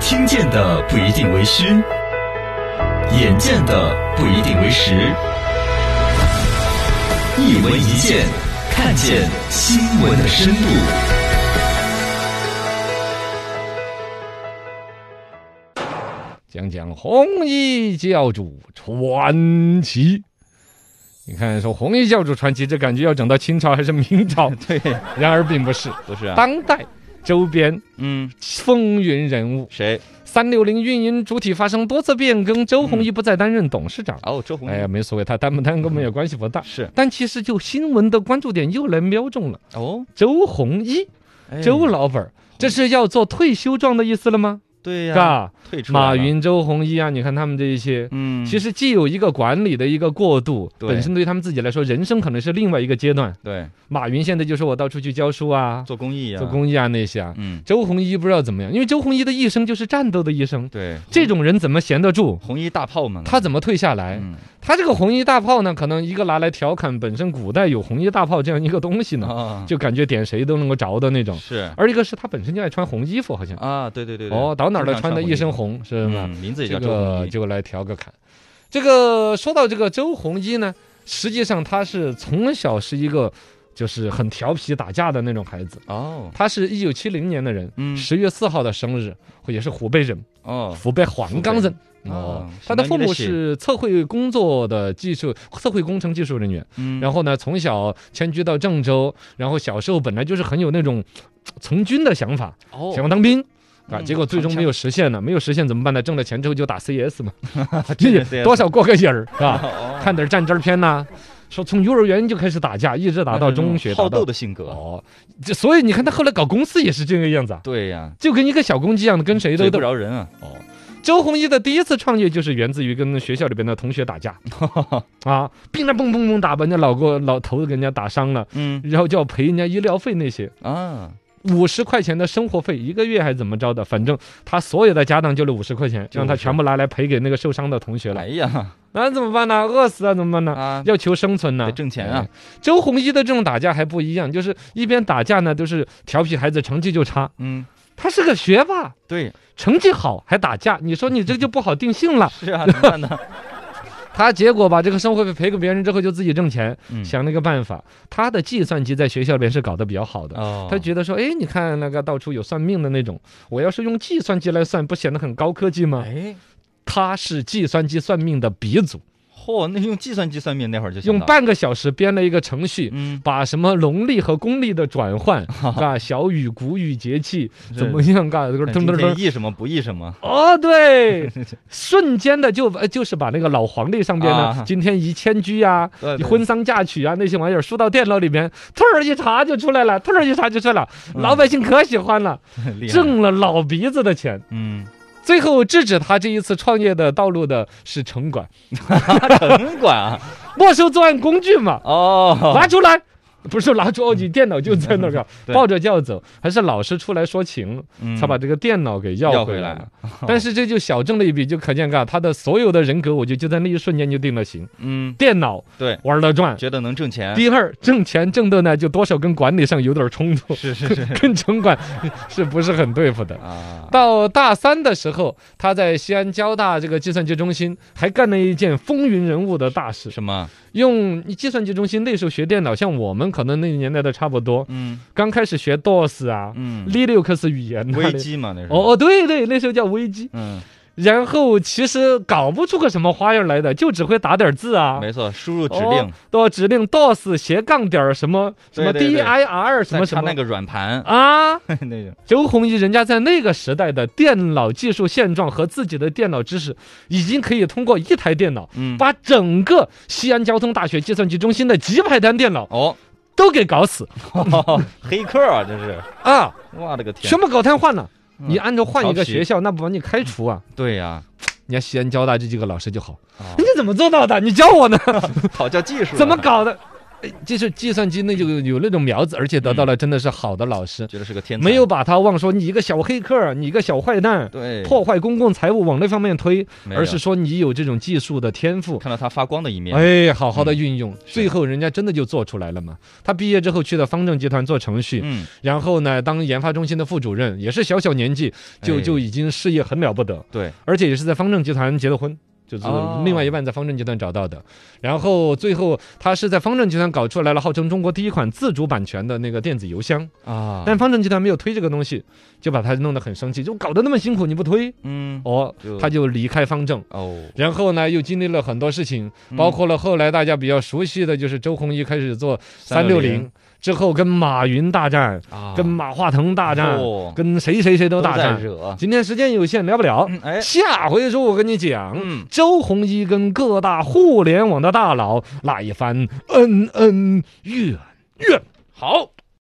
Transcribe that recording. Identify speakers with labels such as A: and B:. A: 听见的不一定为虚，眼见的不一定为实。一文一见，看见新闻的深度。
B: 讲讲红衣教主传奇。你看，说红衣教主传奇，这感觉要整到清朝还是明朝？
C: 对，
B: 然而并不是，
C: 不是啊，
B: 当代周边
C: 嗯，
B: 风云人物。
C: 谁？
B: 三六零运营主体发生多次变更，周鸿祎不再担任董事长。
C: 哦，周鸿
B: 哎呀，
C: 祎
B: 没所谓，他担不担跟我们也关系不大。
C: 是
B: 但其实就新闻的关注点又来瞄中了
C: 哦，
B: 周鸿祎，
C: 哎
B: 周老板儿，这是要做退休状的意思了吗？
C: 对
B: 是
C: 哎呀，
B: 吧？
C: 退出来
B: 马
C: 了，
B: 云、周鸿祎啊，你看他们这一些，
C: 嗯，
B: 其实既有一个管理的一个过渡，
C: 对
B: 本身对他们自己来说，人生可能是另外一个阶段。
C: 对
B: 马云现在就说我到处去教书啊，
C: 做公益啊，
B: 做，公益啊那些啊。
C: 嗯，
B: 周鸿祎不知道怎么样，因为周鸿祎的一生就是战斗的一生，
C: 对，
B: 这种人怎么闲得住？
C: 红衣大炮嘛，
B: 他怎么退下来？
C: 嗯，
B: 他这个红衣大炮呢，可能一个拿来调侃本身古代有红衣大炮这样一个东西呢，
C: 啊，
B: 就感觉点谁都能够着的那种。
C: 是
B: 而一个是他本身就爱穿红衣服，好像
C: 啊，对嗯对对对，
B: 哦，到哪儿都
C: 经常
B: 穿的一身
C: 红
B: 红，
C: 衣
B: 是
C: 服，
B: 吗？
C: 嗯，名字也叫
B: 这
C: 周鸿
B: 个
C: 祎，
B: 就来调个侃。这个说到这个周鸿祎呢，实际上他是从小是一个就是很调皮打架的那种孩子。
C: 哦，
B: 他是一九七零年的人，
C: 嗯，
B: 十月四号的生日，也是湖北人，
C: 哦，
B: 湖北黄冈人。
C: 北哦
B: 他的父母
C: 什么
B: 是测绘工作的技术，测绘工程技术人员。
C: 嗯，
B: 然后呢，从小迁居到郑州，然后小时候本来就是很有那种从军的想法，
C: 哦
B: 想要当兵。啊，
C: 嗯
B: 结果最终没有实现呢，没有实现怎么办呢？挣了钱之后就打 CS 嘛，
C: 真的
B: 也
C: CS
B: 多少过个瘾儿，是吧？
C: 哦，
B: 看点战争片呐、说从幼儿园就开始打架，一直打到中学，
C: 嗯好
B: 打
C: 斗
B: 到
C: 的性格，
B: 哦，这所以你看他后来搞公司也是这个样子啊，
C: 对呀，
B: 就跟一个小公鸡一样的，跟谁都
C: 嘴
B: 斗
C: 不。饶人啊，
B: 哦，周鸿祎的第一次创业就是源自于跟学校里边的同学 打架啊，乒乓砰砰砰打，把人家老过老头子给人家打伤了，
C: 嗯
B: 然后就要赔人家医疗费那些。
C: 啊，
B: 五十块钱的生活费，一个月还怎么着的？反正他所有的家当就是五十块钱，
C: 就
B: 让他
C: 50
B: 全部拿来赔给那个受伤的同学了
C: 哎。呀
B: 那怎么办呢？饿死啊，怎么办呢？
C: 啊，
B: 要求生存呢，
C: 得挣钱啊
B: 哎！周鸿祎的这种打架还不一样，就是一边打架呢，都是调皮孩子成绩就差。
C: 嗯，
B: 他是个学霸，
C: 对，
B: 成绩好还打架，你说你这就不好定性了。
C: 是 啊，怎么办呢？
B: 他结果把这个生活费赔给别人之后，就自己挣钱，
C: 嗯
B: 想了一个办法。他的计算机在学校里面是搞得比较好的，
C: 哦，
B: 他觉得说，哎，你看那个到处有算命的那种，我要是用计算机来算，不显得很高科技吗？
C: 哎，
B: 他是计算机算命的鼻祖，
C: 嚯，那用计算机算命那会儿就想
B: 用
C: 到，
B: 半个小时编了一个程序。
C: 嗯，
B: 把什么农历和公历的 转换，啊，小雨、谷雨、节气怎么样？嘎，这个
C: 哎
B: 噔噔
C: 今天
B: 噔，
C: 易什么不易什么，
B: 哦，对，瞬间的就呃就是把那个老黄历上边呢
C: 啊，
B: 今天宜迁居啊，
C: 对对
B: 婚丧嫁娶啊那些玩意儿输到电脑里面，突儿一查就出来了，突儿一查就出来了，
C: 嗯
B: 老百姓可喜欢了，
C: 厉害
B: 挣了老鼻子的钱。
C: 嗯，
B: 最后制止他这一次创业的道路的是城管，
C: 城管啊，
B: 没收作案工具嘛，
C: 哦， 嗯
B: 拿出来。不是拿出哦，你电脑就在那儿，
C: 对
B: 抱着就要走，还是老师出来说情，
C: 嗯
B: 才把这个电脑给要
C: 要
B: 回
C: 回
B: 来
C: 来哦
B: 了。但是这就小挣了一笔，就可见嘎，他的所有的人格，我就就在那一瞬间就定了型。
C: 嗯，
B: 电脑
C: 对，
B: 玩得转，
C: 觉得能挣钱，
B: 第二挣钱挣的呢，就多少跟管理上有点冲 突，
C: 是是是
B: 跟城管是不是很对付的？
C: 啊，
B: 到大三的时候，他在西安交大这个计算机中心还干了一件风云人物的大事。
C: 什么？
B: 用计算机中心那时候学电脑，像我们可能那个年代的差不多，
C: 嗯
B: 刚开始学 DOS 啊、
C: 嗯，
B: Linux 语言呐、
C: 危机嘛那是，
B: 那。哦哦，对对，那时候叫危机。
C: 嗯，
B: 然后其实搞不出个什么花样来的，就只会打点字啊，
C: 没错，输入指
B: 哦
C: 令，
B: 到指令 DOS 斜杠点儿什么什么
C: 对对对
B: DIR 什
C: 再
B: 么什
C: 插
B: 么
C: 那个软盘
B: 啊。
C: 那 种，
B: 周鸿祎人家在那个时代的电脑技术现状和自己的电脑知识，已经可以通过一台电脑，
C: 嗯，
B: 把整个西安交通大学计算机中心的几百台电脑
C: 哦，
B: 都给搞死
C: 黑客啊，这是，
B: 啊！
C: 我的个天
B: 全，部搞瘫痪了。
C: 嗯
B: 你按照换一个
C: 调皮
B: 学校，那不把你开除啊？
C: 对呀，
B: 你看西安交大这几个老师就好，
C: 啊
B: 人家怎么做到的？你教我呢？
C: 讨教技术啊，
B: 怎么搞的？哎就是计算机那就有那种苗子，而且得到了真的是好的老师，
C: 觉得是个天才
B: 没有把他往说你一个小黑客，你一个小坏蛋，
C: 对，
B: 破坏公共财物往那方面推，
C: 没有
B: 而是说你有这种技术的天赋。
C: 看到他发光的一面。
B: 哎，好好的
C: 嗯
B: 运用，最后人家真的就做出来了嘛。他毕业之后去了方正集团做程序，
C: 嗯，
B: 然后呢，当研发中心的副主任，也是小小年纪就
C: 哎
B: 就已经事业很了不得，
C: 对，
B: 而且也是在方正集团结的婚。就是
C: 哦
B: 另外一半在方正集团找到的，然后最后他是在方正集团搞出来了号称中国第一款自主版权的那个电子邮箱，
C: 啊，
B: 但方正集团没有推这个东西，就把他弄得很生气，就搞得那么辛苦你不推，
C: 嗯，
B: 哦
C: 就，
B: 他就离开方正，
C: 哦，
B: 然后呢又经历了很多事情，
C: 嗯
B: 包括了后来大家比较熟悉的就是周鸿祎开始做三六零之后，跟马云大战，
C: 啊，
B: 跟马化腾大战，
C: 哦
B: 跟谁谁谁都大
C: 在
B: 战。
C: 惹，
B: 今天时间有限，聊不了。
C: 嗯哎，
B: 下回说我跟你讲，
C: 嗯
B: 周鸿祎跟各大互联网的大佬那一番恩恩怨怨。
C: 好。